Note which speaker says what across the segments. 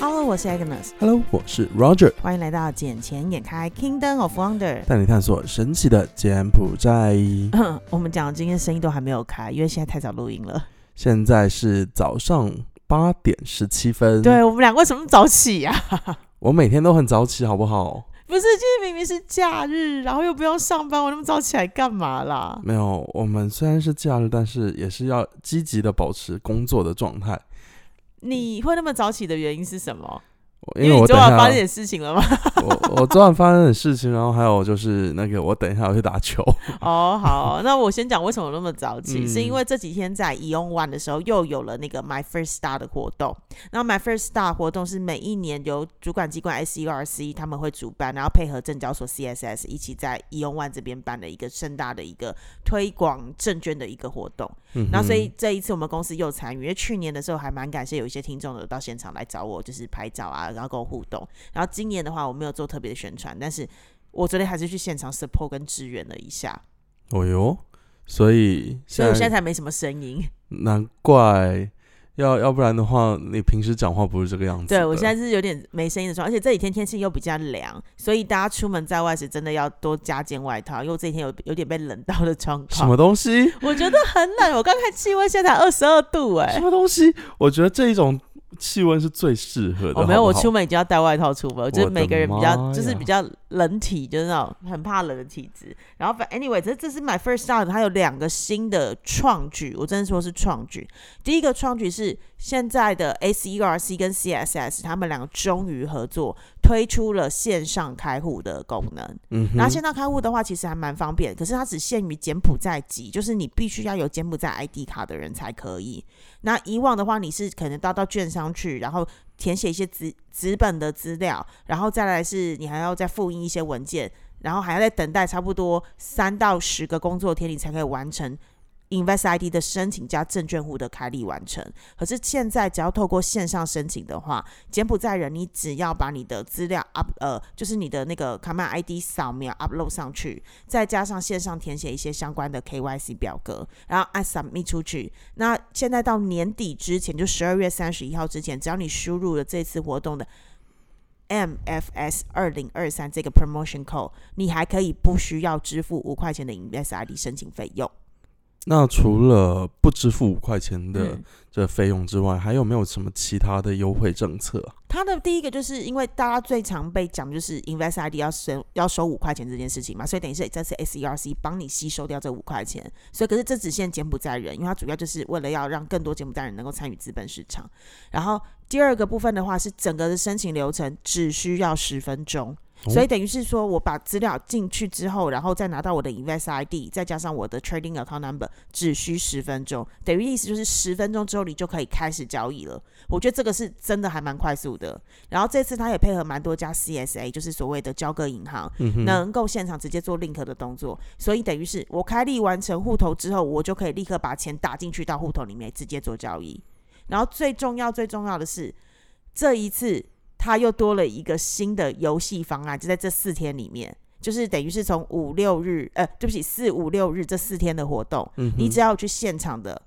Speaker 1: Hello，我是 Agnes，
Speaker 2: Hello，我是 Roger，
Speaker 1: 欢迎来到《眼前眼开 Kingdom of Wonder。
Speaker 2: 带你探索神奇的柬埔寨。》
Speaker 1: 我们讲的今天声音都还没有开，因为现在太早录音了。
Speaker 2: 现在是早上八点十七分。
Speaker 1: 对，我们俩为什么那么早起呀、
Speaker 2: 我每天都很早起，好不好？
Speaker 1: 不是，就是明明是假日，然后又不用上班，我那么早起来干嘛啦？
Speaker 2: 没有，我们虽然是假日，但是也是要积极的保持工作的状态。
Speaker 1: 你会那么早起的原因是什么？
Speaker 2: 我因为
Speaker 1: 你
Speaker 2: 我
Speaker 1: 昨
Speaker 2: 等一
Speaker 1: 晚发
Speaker 2: 下
Speaker 1: 生，点事情了吗？
Speaker 2: 我我昨晚发生的事情，然后还有就是那个，我等一下要去打球。
Speaker 1: 哦，好，那我先讲为什么我那么早起，
Speaker 2: 嗯
Speaker 1: 是因为这几天在 Eon One 的时候又有了那个 My First Star 的活动。然后 My First Star 活动是每一年由主管机关 SURC 他们会主办，然后配合证交所 CSS 一起在 Eon One 这边办的一个盛大的一个推广证券的一个活动。
Speaker 2: 嗯哼
Speaker 1: 然后所以这一次我们公司又参与，因为去年的时候还蛮感谢有一些听众有到现场来找我，就是拍照啊，然后跟我互动。然后今年的话，我没有做特别的宣传，但是我昨天还是去现场 support 跟支援了一下，
Speaker 2: 哦哟，所以
Speaker 1: 所以我现在才没什么声音。
Speaker 2: 难怪。要要不然的话，你平时讲话不是这个样子的。
Speaker 1: 对我现在是有点没声音的状态，而且这几天天气又比较凉，所以大家出门在外时真的要多加件外套，因为我这几天有有点被冷到的状
Speaker 2: 什
Speaker 1: 况
Speaker 2: 么。东西？
Speaker 1: 我觉得很冷，我刚看气温现在才二十二度哎、
Speaker 2: 什么东西？我觉得这一种气温是最适合的。
Speaker 1: 我、哦没有，
Speaker 2: 好
Speaker 1: 我
Speaker 2: 不好
Speaker 1: 出门已经要带外套出门。我觉得
Speaker 2: 我的
Speaker 1: 每个人比较
Speaker 2: 妈呀
Speaker 1: 就是比较冷体，就是那种很怕冷的体质。然后反 anyway，这这是 My First Start，它有两个新的创举，我真的说是创举。第一个创举是现在的 ACERC 跟 CSS 他们两个终于合作推出了线上开户的功能。
Speaker 2: 嗯哼，
Speaker 1: 然后线上开户的话，其实还蛮方便，可是它只限于柬埔寨籍，就是你必须要有柬埔寨 ID 卡的人才可以。那以往的话，你是可能到到券商去，然后填写一些资资本的资料，然后再来是你还要再复印一些文件，然后还要再等待差不多三到十个工作天，你才可以完成 Invest ID 的申请加证券户的开立完成。可是现在只要透过线上申请的话，柬埔寨人你只要把你的资料 up 呃，就是你的那个 command ID 扫描 upload 上去，再加上线上填写一些相关的 KYC 表格，然后按 submit 出去。那现在到年底之前，就十二月三十一号之前，只要你输入了这次活动的 MFS 二零二三这个 promotion code，你还可以不需要支付五块钱的 InvestID 申请费用。
Speaker 2: 那除了不支付五块钱的
Speaker 1: 嗯
Speaker 2: 这费用之外，还有没有什么其他的优惠政策啊？
Speaker 1: 它的第一个就是因为大家最常被讲就是 Invest ID 要收要收五块钱这件事情嘛，所以等于是这次 SERC 帮你吸收掉这五块钱，所以可是这只限柬埔寨人，因为它主要就是为了要让更多柬埔寨人能够参与资本市场。然后第二个部分的话是整个的申请流程只需要十分钟。
Speaker 2: 哦
Speaker 1: 所以等于是说，我把资料进去之后，然后再拿到我的 Invest ID，再加上我的 Trading Account Number，只需十分钟。等于意思就是十分钟之后你就可以开始交易了。我觉得这个是真的还蛮快速的。然后这次他也配合蛮多家 CSA，就是所谓的交割银行，
Speaker 2: 嗯哼，
Speaker 1: 能够现场直接做 link 的动作，所以等于是我开立完成户头之后，我就可以立刻把钱打进去到户头里面直接做交易。然后最重要最重要的是，这一次他又多了一个新的游戏方案，就在这四天里面，就是等于是从五六日，呃，对不起，四五六日这四天的活动，
Speaker 2: 嗯哼
Speaker 1: 你只要有去现场的，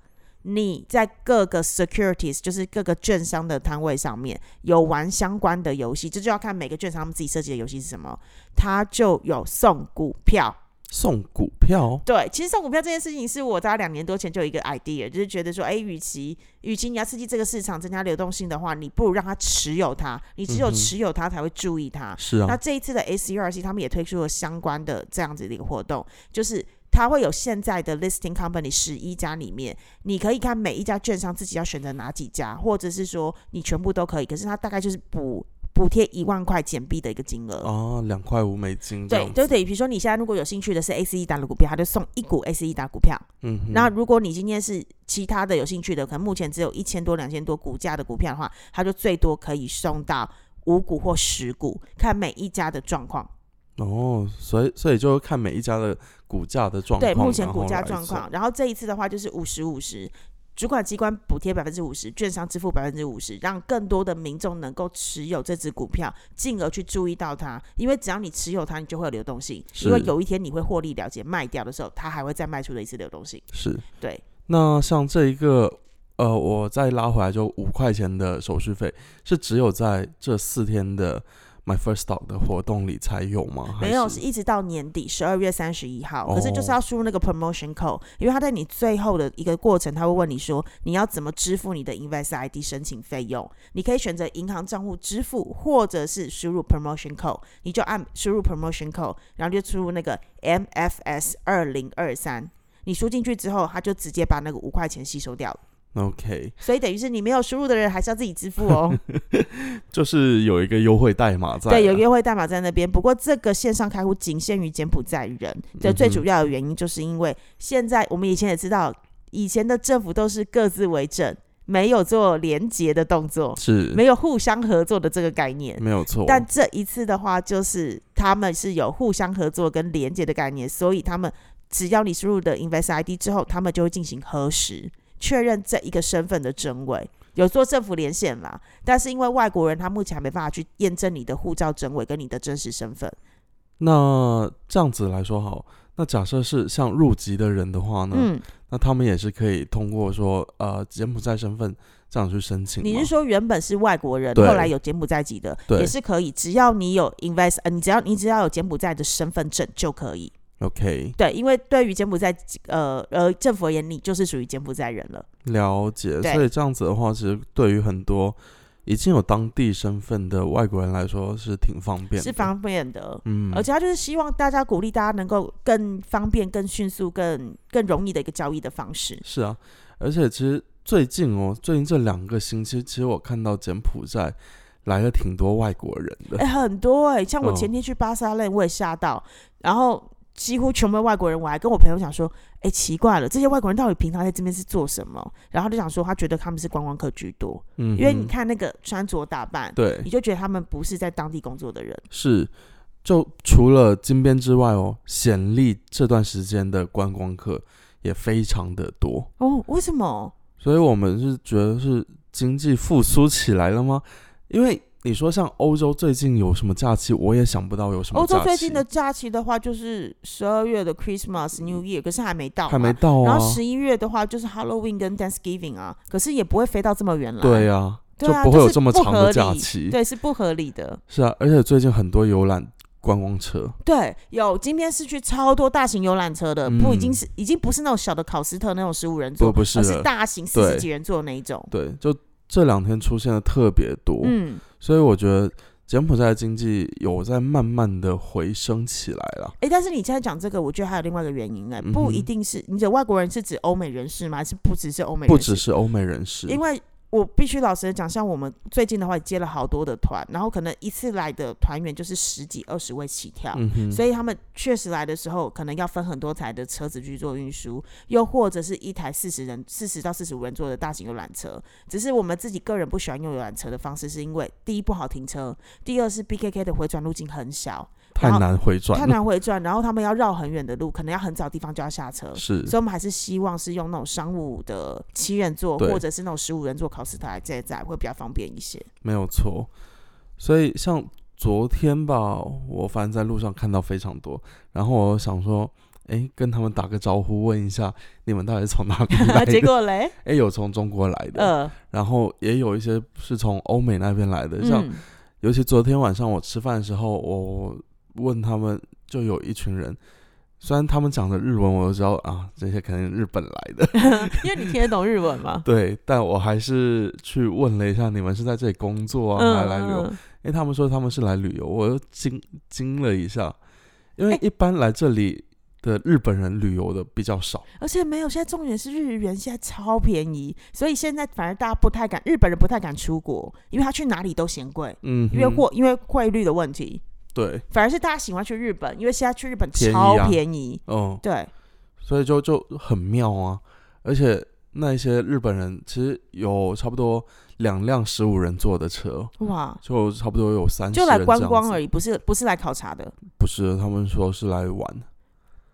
Speaker 1: 你在各个 securities，就是各个券商的摊位上面有玩相关的游戏，这就要看每个券商他们自己设计的游戏是什么，它就有送股票。
Speaker 2: 送股票，
Speaker 1: 对，其实送股票这件事情是我大概两年多前就有一个 idea，就是觉得说，哎，与其与其你要刺激这个市场增加流动性的话，你不如让它持有它，你只有
Speaker 2: 嗯哼
Speaker 1: 持有它才会注意它。
Speaker 2: 是
Speaker 1: 那
Speaker 2: 啊，
Speaker 1: 这一次的 ACRC 他们也推出了相关的这样子的一个活动，就是它会有现在的 listing company 十一家里面，你可以看每一家券商自己要选择哪几家，或者是说你全部都可以，可是它大概就是补补贴一万块简币的一个金额。
Speaker 2: 哦，两块五美金这
Speaker 1: 对
Speaker 2: 样，子，
Speaker 1: 就等于比如说你现在如果有兴趣的是 ACE 打的股票，它就送一股 ACE 打股票。
Speaker 2: 嗯哼，
Speaker 1: 那如果你今天是其他的有兴趣的，可能目前只有一千多、两千多股价的股票的话，它就最多可以送到五股或十股，看每一家的状况。
Speaker 2: 哦，所以所以就看每一家的股价的状况，
Speaker 1: 对，目前
Speaker 2: 然
Speaker 1: 股
Speaker 2: 后
Speaker 1: 价
Speaker 2: 来
Speaker 1: 状
Speaker 2: 做
Speaker 1: 况，，然后这一次的话就是五十五十，主管机关补贴百分之五十，券商支付百分之五十，让更多的民众能够持有这只股票，进而去注意到它，因为只要你持有它，你就会有流动性，因为
Speaker 2: 是
Speaker 1: 有一天你会获利了结，卖掉的时候，它还会再卖出的一次流动性。
Speaker 2: 是
Speaker 1: 对，
Speaker 2: 那像这一个呃，我再拉回来就五块钱的手续费是只有在这四天的 My First Stock 的活动里才有吗？还
Speaker 1: 没有，是一直到年底十二月三十一号。可是就是
Speaker 2: 哦
Speaker 1: 要输入那个 promotion code，因为他在你最后的一个过程，他会问你说你要怎么支付你的 Invest ID 申请费用。你可以选择银行账户支付，或者是输入 promotion code，你就按输入 promotion code，然后就输入那个 MFS 二零二三。你输进去之后，他就直接把那个五块钱吸收掉了
Speaker 2: OK，
Speaker 1: 所以等于是你没有输入的人还是要自己支付哦。
Speaker 2: 就是有一个优惠代码在啊，
Speaker 1: 对，有约会代码在那边。不过这个线上开户仅限于柬埔寨人，这最主要的原因就是因为现在我们以前也知道，以前的政府都是各自为政，没有做连结的动作，
Speaker 2: 是
Speaker 1: 没有互相合作的这个概念。
Speaker 2: 没有错，
Speaker 1: 但这一次的话，就是他们是有互相合作跟连接的概念，所以他们只要你输入的 Invest ID 之后，他们就会进行核实，确认这一个身份的真伪。有做政府连线啦，但是因为外国人他目前还没办法去验证你的护照真伪跟你的真实身份。
Speaker 2: 那这样子来说好，那假设是像入籍的人的话呢，
Speaker 1: 嗯，
Speaker 2: 那他们也是可以通过说呃柬埔寨身份这样去申请
Speaker 1: 嗯
Speaker 2: 吗。
Speaker 1: 你是说原本是外国人，
Speaker 2: 对
Speaker 1: 后来有柬埔寨籍的
Speaker 2: 对
Speaker 1: 也是可以，只要你有 Invest，呃，你只要你只要有柬埔寨的身份证就可以。
Speaker 2: OK？
Speaker 1: 对，因为对于柬埔寨呃呃政府而言，你就是属于柬埔寨人了。
Speaker 2: 了解。
Speaker 1: 对
Speaker 2: 所以这样子的话，其实对于很多已经有当地身份的外国人来说是挺方便的，
Speaker 1: 是方便的。
Speaker 2: 嗯，
Speaker 1: 而且他就是希望大家鼓励大家能够更方便、更迅速、更更容易的一个交易的方式。
Speaker 2: 是啊，而且其实最近哦，最近这两个星期，其实我看到柬埔寨来了挺多外国人的，
Speaker 1: 哎、很多哎、像我
Speaker 2: 嗯
Speaker 1: 前天去巴沙勒，我也吓到，然后几乎全部外国人，我还跟我朋友讲说，哎、奇怪了，这些外国人到底平常在这边是做什么？然后他就想说，他觉得他们是观光客居多，
Speaker 2: 嗯哼，
Speaker 1: 因为你看那个穿着打扮，
Speaker 2: 对
Speaker 1: 你就觉得他们不是在当地工作的人。
Speaker 2: 是，就除了金边之外哦，暹粒这段时间的观光客也非常的多，
Speaker 1: 哦，为什么？
Speaker 2: 所以我们是觉得是经济复苏起来了吗？因为你说像欧洲最近有什么假期，我也想不到有什么
Speaker 1: 欧
Speaker 2: 假期。
Speaker 1: 洲最近的假期的话，就是十二月的 Christmas、New Year，可是还没到，
Speaker 2: 还没到
Speaker 1: 然
Speaker 2: 啊，
Speaker 1: 后十一月的话就是 Halloween 跟 Thanksgiving 啊，可是也不会飞到这么远来。
Speaker 2: 对啊，
Speaker 1: 对啊
Speaker 2: 就不会
Speaker 1: 就
Speaker 2: 有
Speaker 1: 是
Speaker 2: 这么
Speaker 1: 不
Speaker 2: 长
Speaker 1: 合
Speaker 2: 的假
Speaker 1: 理
Speaker 2: 期。
Speaker 1: 对，是不合理的。
Speaker 2: 是啊，而且最近很多游览观光车，
Speaker 1: 对，有今天市区超多大型游览车的，不已经
Speaker 2: 嗯
Speaker 1: 是已经不是那种小的考斯特那种十五人座，
Speaker 2: 不不是
Speaker 1: 而
Speaker 2: 了
Speaker 1: 是大型四十
Speaker 2: 对哦
Speaker 1: 几人座的那一种。
Speaker 2: 对，就这两天出现的特别多，
Speaker 1: 嗯，
Speaker 2: 所以我觉得柬埔寨的经济有在慢慢的回升起来了。
Speaker 1: 哎，但是你现在讲这个，我觉得还有另外一个原因哎、
Speaker 2: 嗯哼
Speaker 1: 不一定是你的外国人是指欧美人士吗？还是不只是欧美人士？
Speaker 2: 不只是欧美人士，
Speaker 1: 因为我必须老实的讲，像我们最近的话也接了好多的团，然后可能一次来的团员就是十几二十位起跳，
Speaker 2: 嗯哼，
Speaker 1: 所以他们确实来的时候，可能要分很多台的车子去做运输，又或者是一台四十人、四十到四十五人坐的大型游览车。只是我们自己个人不喜欢用游览车的方式，是因为第一不好停车，第二是 BKK 的回转路径很小，
Speaker 2: 太
Speaker 1: 然后
Speaker 2: 难回
Speaker 1: 太
Speaker 2: 转了，
Speaker 1: 难回转，然后他们要绕很远的路，可能要很早地方就要下车。
Speaker 2: 是
Speaker 1: 所以我们还是希望是用那种商务的七人座，
Speaker 2: 对
Speaker 1: 或者是那种十五人座考试台在在会比较方便一些。
Speaker 2: 没有错。所以像昨天吧，我反正在路上看到非常多，然后我想说，哎，跟他们打个招呼，问一下你们到底是 从哪里来
Speaker 1: 结
Speaker 2: 的？
Speaker 1: 果 嘞，
Speaker 2: 哎，有从中国来的，
Speaker 1: 呃，
Speaker 2: 然后也有一些是从欧美那边来的，像
Speaker 1: 嗯，
Speaker 2: 尤其昨天晚上我吃饭的时候，我问他们，就有一群人，虽然他们讲的日文，我都知道啊，这些肯定日本来 的，，
Speaker 1: 嗯因为你听得懂日文嘛
Speaker 2: 对，但我还是去问了一下，你们是在这里工作啊，
Speaker 1: 嗯，
Speaker 2: 还是来旅游？因
Speaker 1: 嗯
Speaker 2: 为他们说他们是来旅游，我又惊惊了一下，因为
Speaker 1: 哎
Speaker 2: 一般来这里的日本人旅游的比较少，
Speaker 1: 而且没有，现在重点是日元现在超便宜，所以现在反而大家不太敢，日本人不太敢出国，因为他去哪里都嫌贵，
Speaker 2: 嗯哼，
Speaker 1: 因为货、因为汇率的问题，
Speaker 2: 对，
Speaker 1: 反而是大家喜欢去日本，因为现在去日本
Speaker 2: 便宜
Speaker 1: 超
Speaker 2: 啊
Speaker 1: 便宜。
Speaker 2: 哦，
Speaker 1: 对，
Speaker 2: 所以就就很妙啊，而且。那一些日本人其实有差不多两辆十五人座的车，
Speaker 1: 哇，
Speaker 2: 就差不多有三十
Speaker 1: 就
Speaker 2: 人
Speaker 1: 来观光
Speaker 2: 已。
Speaker 1: 而已，不是不是来考察的。
Speaker 2: 不是，他们说是来玩，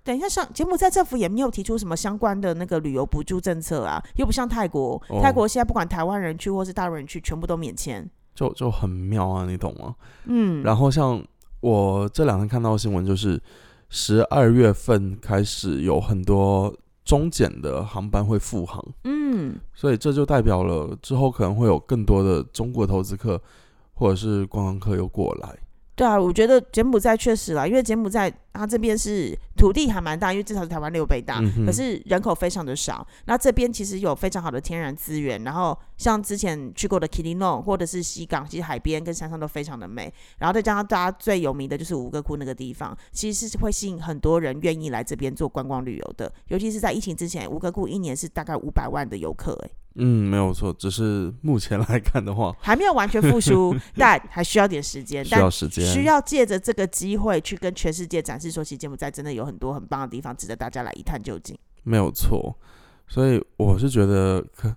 Speaker 1: 等一下上，柬埔寨政府也没有提出什么相关的那个旅游补助政策啊，又不像泰国，
Speaker 2: 哦
Speaker 1: 泰国现在不管台湾人去或是大陆人去，全部都免签。
Speaker 2: 就就很妙啊，你懂吗？
Speaker 1: 嗯，
Speaker 2: 然后像我这两天看到的新闻，就是十二月份开始有很多中检的航班会复航，
Speaker 1: 嗯，
Speaker 2: 所以这就代表了之后可能会有更多的中国投资客或者是观光客又过来。
Speaker 1: 对啊，我觉得柬埔寨确实啦，因为柬埔寨它这边是土地还蛮大，因为至少是台湾六倍大，
Speaker 2: 嗯哼
Speaker 1: 可是人口非常的少。那这边其实有非常好的天然资源，然后像之前去过的 Kilino 或者是西港，其实海边跟山上都非常的美。然后再加上大家最有名的就是吴哥窟那个地方，其实是会吸引很多人愿意来这边做观光旅游的，尤其是在疫情之前，吴哥窟一年是大概五百万的游客、欸，
Speaker 2: 嗯，没有错，只是目前来看的话，
Speaker 1: 还没有完全复苏， 但还需要点时间。
Speaker 2: 需
Speaker 1: 但
Speaker 2: 要时间，
Speaker 1: 需要借着这个机会去跟全世界展示说，其实柬埔寨真的有很多很棒的地方，值得大家来一探究竟。
Speaker 2: 没有错。所以我是觉得可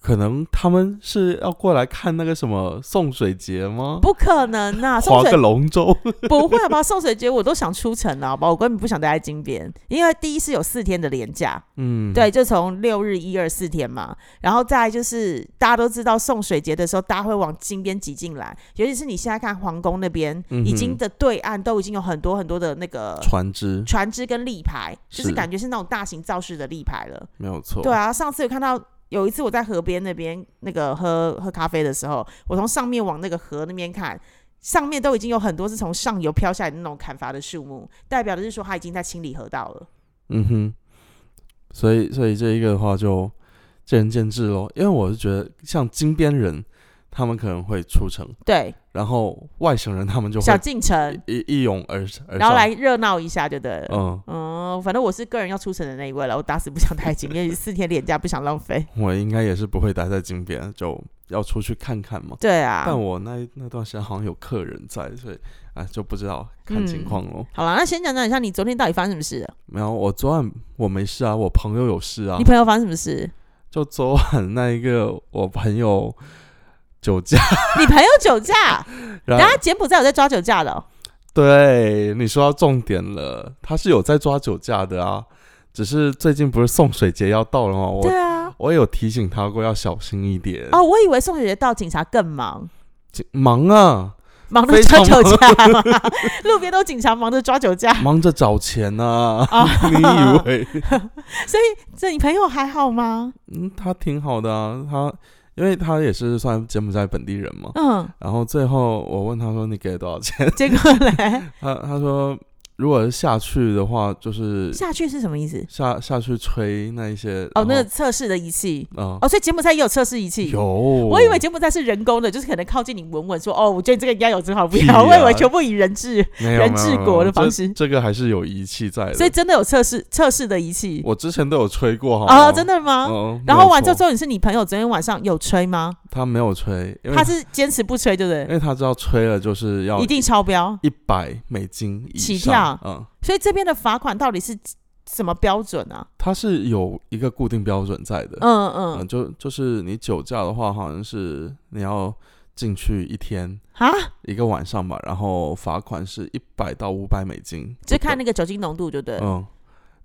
Speaker 2: 可能他们是要过来看那个什么送水节吗？
Speaker 1: 不可能 啊！
Speaker 2: 划
Speaker 1: 送
Speaker 2: 个
Speaker 1: 水
Speaker 2: 龙舟，
Speaker 1: 不会吧？送水节我都想出城了，好吧？我根本不想待在金边，因为第一是有四天的连假，
Speaker 2: 嗯，
Speaker 1: 对，，就从六日一二四天嘛。然后再来就是大家都知道送水节的时候，大家会往金边挤进来，尤其是你现在看皇宫那边，
Speaker 2: 嗯哼
Speaker 1: 已经的对岸都已经有很多很多的那个
Speaker 2: 船只
Speaker 1: 船只跟立牌，就是
Speaker 2: 是
Speaker 1: 感觉是那种大型造势的立牌了。
Speaker 2: 没有错，
Speaker 1: 对啊，上次有看到有一次我在河边那边那个喝喝咖啡的时候，我从上面往那个河那边看，上面都已经有很多是从上游飘下来的那种砍伐的树木，代表的是说它已经在清理河道了。
Speaker 2: 嗯哼，所以所以这一个的话就见仁见智咯，因为我是觉得像金边人，他们可能会出城，
Speaker 1: 对，
Speaker 2: 然后外省人他们就
Speaker 1: 小
Speaker 2: 会
Speaker 1: 进城，
Speaker 2: 一一涌而而
Speaker 1: 然后
Speaker 2: 上，
Speaker 1: 来热闹一下就对了。
Speaker 2: 嗯，
Speaker 1: 嗯，反正我是个人要出城的那一位了，我打死不想待紧，因为四天连假不想浪费。
Speaker 2: 我应该也是不会待在金边，就要出去看看嘛。
Speaker 1: 对啊，
Speaker 2: 但我那一那段时间好像有客人在，所以啊就不知道看情
Speaker 1: 嗯
Speaker 2: 况咯。
Speaker 1: 好了，那先讲讲一下你昨天到底发生什么事了？
Speaker 2: 没有，我昨晚我没事啊，我朋友有事啊
Speaker 1: 你。朋友发生什么事？
Speaker 2: 就昨晚那一个我朋友酒驾，
Speaker 1: 你朋友酒 驾？
Speaker 2: 然
Speaker 1: 然
Speaker 2: 后
Speaker 1: 后柬埔寨有在抓酒驾的哦、
Speaker 2: 对你说到重点了，他是有在抓酒驾的啊，只是最近不是送水节要到了吗？我
Speaker 1: 对啊，
Speaker 2: 我有提醒他过要小心一点。
Speaker 1: 哦，我以为送雪姐到警察更忙，
Speaker 2: 紧，忙啊，
Speaker 1: 忙着
Speaker 2: 非
Speaker 1: 抓
Speaker 2: 常
Speaker 1: 酒驾， 路边都警察忙着抓酒驾，
Speaker 2: 忙着找钱啊。
Speaker 1: 啊
Speaker 2: 你以为？
Speaker 1: 所以这你朋友还好吗？
Speaker 2: 嗯，他挺好的啊，他因为他也是算柬埔寨本地人嘛。
Speaker 1: 嗯，
Speaker 2: 然后最后我问他说：“你给了多少钱
Speaker 1: 结果嘞，？”
Speaker 2: 他他说：“如果是下去的话，就是
Speaker 1: 下去是什么意思？
Speaker 2: 下下去吹那一些
Speaker 1: 哦，那个
Speaker 2: 然
Speaker 1: 测试的仪器，
Speaker 2: 后啊、
Speaker 1: 哦，所以柬埔寨也有测试仪器。
Speaker 2: 有，
Speaker 1: 我
Speaker 2: 我
Speaker 1: 以为柬埔寨是人工的，就是可能靠近你闻闻，说哦，我觉得你这个应该有真好不
Speaker 2: 屁
Speaker 1: 要。
Speaker 2: 啊
Speaker 1: 我以为全部以人质，
Speaker 2: 没有
Speaker 1: 人
Speaker 2: 没有
Speaker 1: 治
Speaker 2: 没有
Speaker 1: 国的
Speaker 2: 这
Speaker 1: 方式
Speaker 2: 这个还是有仪器在的。
Speaker 1: 所以真的有测试测试的仪器
Speaker 2: 我之前都有吹过，好
Speaker 1: 哦，
Speaker 2: 吗？
Speaker 1: 真的吗？
Speaker 2: 嗯，
Speaker 1: 然后
Speaker 2: 没有
Speaker 1: 完之后，
Speaker 2: 错
Speaker 1: 重点是你朋友昨天晚上有吹吗？
Speaker 2: 他没有吹，因为
Speaker 1: 他是坚持不吹，对不
Speaker 2: 因
Speaker 1: 对？
Speaker 2: 为他知道吹了就是要
Speaker 1: 一定超标。
Speaker 2: 一百美金以
Speaker 1: 起
Speaker 2: 上
Speaker 1: 跳
Speaker 2: 嗯，
Speaker 1: 所以这边的罚款到底是什么标准啊？
Speaker 2: 它是有一个固定标准在的。
Speaker 1: 嗯
Speaker 2: 嗯，
Speaker 1: 嗯，
Speaker 2: 就就是你酒驾的话，好像是你要进去一天
Speaker 1: 啊，
Speaker 2: 一个晚上吧，然后罚款是一百到五百美金不等，
Speaker 1: 就看那个酒精浓度就对了。
Speaker 2: 嗯，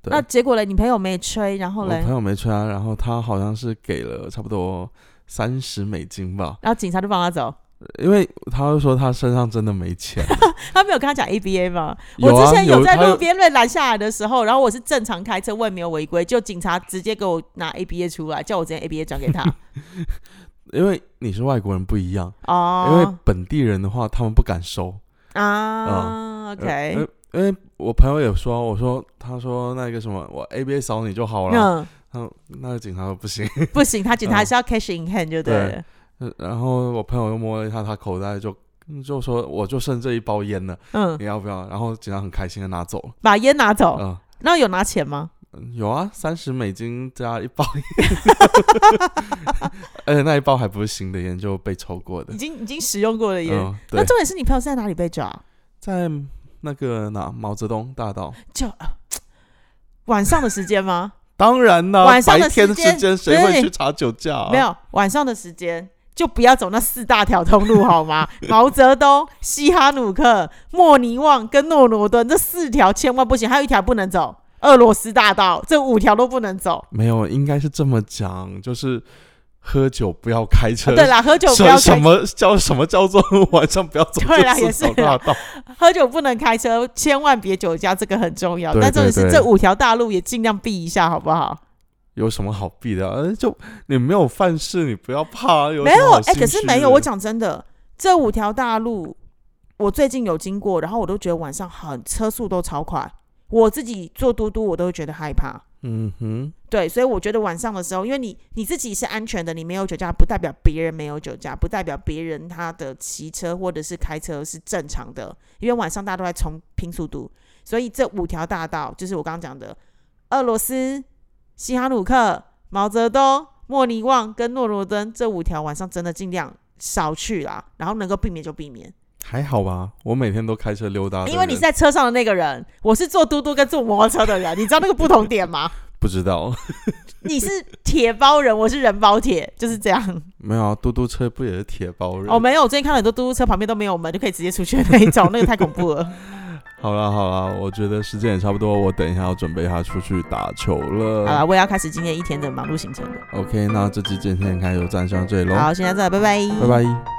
Speaker 2: 对
Speaker 1: 那结果嘞，你朋友没吹，然后
Speaker 2: 我
Speaker 1: 嘞
Speaker 2: 朋，友没吹啊，然后他好像是给了差不多三十美金吧，
Speaker 1: 然后警察就放他走。
Speaker 2: 因为他就说他身上真的没 钱。
Speaker 1: 他没有跟他讲 ABA 吗？
Speaker 2: 有啊
Speaker 1: 我之前
Speaker 2: 有
Speaker 1: 在
Speaker 2: 他
Speaker 1: 路
Speaker 2: 有
Speaker 1: 边被拦下来的时候，然后我是正常开车，我也没有违规，就警察直接给我拿 ABA 出来，叫我直接 ABA 转给 他。
Speaker 2: 因为你是外国人不一样，因为
Speaker 1: 哦，
Speaker 2: 本地人的话他们不敢收。
Speaker 1: 啊，OK，
Speaker 2: 呃因为我朋友也说，我说他说那个什么，我 ABA 扫你就好了。
Speaker 1: 嗯，
Speaker 2: 那那个警察说不行，
Speaker 1: 不行，他警察还
Speaker 2: 嗯
Speaker 1: 是要 cash in hand 就对了。
Speaker 2: 然后我朋友又摸了一下他口袋就。就说我就剩这一包烟了，
Speaker 1: 嗯，
Speaker 2: 你要不要？然后警察很开心的拿走了。
Speaker 1: 把烟拿走，
Speaker 2: 嗯、
Speaker 1: 那有拿钱吗？
Speaker 2: 有啊，三十美金加一包 烟，而且那一包还不是新的烟，就被抽过的
Speaker 1: 已。经已经使用过的烟。
Speaker 2: 嗯，
Speaker 1: 那
Speaker 2: 对，
Speaker 1: 重点是你朋友是在哪里被抓？
Speaker 2: 在那个哪毛泽东大 道。
Speaker 1: 就、啊嘖晚上的时间 吗？
Speaker 2: 当然啦，
Speaker 1: 晚上的
Speaker 2: 白天
Speaker 1: 时间
Speaker 2: 时间谁
Speaker 1: 对
Speaker 2: 会去查酒驾、啊？
Speaker 1: 没，有，晚上的时间就不要走那四大条通路好吗？ 毛泽东、西哈努克、莫尼旺跟诺罗敦这四条千万不行，还有一条不能走，俄罗斯大道这五条都不能走。
Speaker 2: 没有，应该是这么讲，就是喝酒不要开车，
Speaker 1: 啊哦对啦，喝酒不
Speaker 2: 什
Speaker 1: 要
Speaker 2: 什
Speaker 1: 开，
Speaker 2: 么叫什么叫做晚上 不要走
Speaker 1: 对啦
Speaker 2: 这
Speaker 1: 也
Speaker 2: 四条
Speaker 1: 是啦
Speaker 2: 大道？
Speaker 1: 喝酒不能开车，千万别酒驾，这个很重要。
Speaker 2: 对
Speaker 1: 但重点是
Speaker 2: 对对
Speaker 1: 这五条大路也尽量避一下，好不好？
Speaker 2: 有什么好避的、啊？就你没有犯事，你不要怕啊。有
Speaker 1: 没
Speaker 2: 什么
Speaker 1: 有，
Speaker 2: 好
Speaker 1: 哎、可
Speaker 2: 心
Speaker 1: 是
Speaker 2: 虚
Speaker 1: 没
Speaker 2: 的
Speaker 1: 有。我讲真的，这五条大路我最近有经过，然后我都觉得晚上很车速都超快，我自己坐嘟嘟我都会觉得害怕。
Speaker 2: 嗯哼，
Speaker 1: 对，所以我觉得晚上的时候，因为你你自己是安全的，你没有酒驾，不代表别人没有酒驾，不代表别人他的骑车或者是开车是正常的，因为晚上大家都在冲拼速度，所以这五条大道就是我刚刚讲的，俄罗斯、西哈努克、毛泽东、莫尼旺跟诺罗登这五条晚上真的尽量少去啦，然后能够避免就避免，
Speaker 2: 还好吧。我每天都开车溜达的人，
Speaker 1: 因为你是在车上的那个人，我是坐嘟嘟跟坐摩托车的人，你知道那个不同点吗？
Speaker 2: 不知道
Speaker 1: 你是铁包人，我是人包铁，就是这 样。
Speaker 2: 没有啊？嘟嘟车不也是铁包人？
Speaker 1: 哦，没有，我最近看了很多嘟嘟车旁边都没有门，就可以直接出去的那一种，那个太恐怖了。
Speaker 2: 好啦好啦，我觉得时间也差不多，我等一下要准备一下出去打 球
Speaker 1: 好啊
Speaker 2: 了。
Speaker 1: 了，我也要开始今天一天的忙碌行程了。
Speaker 2: OK，那这期今天开始就暂时到这里喽，
Speaker 1: 好，现在再来，拜拜，
Speaker 2: 拜拜。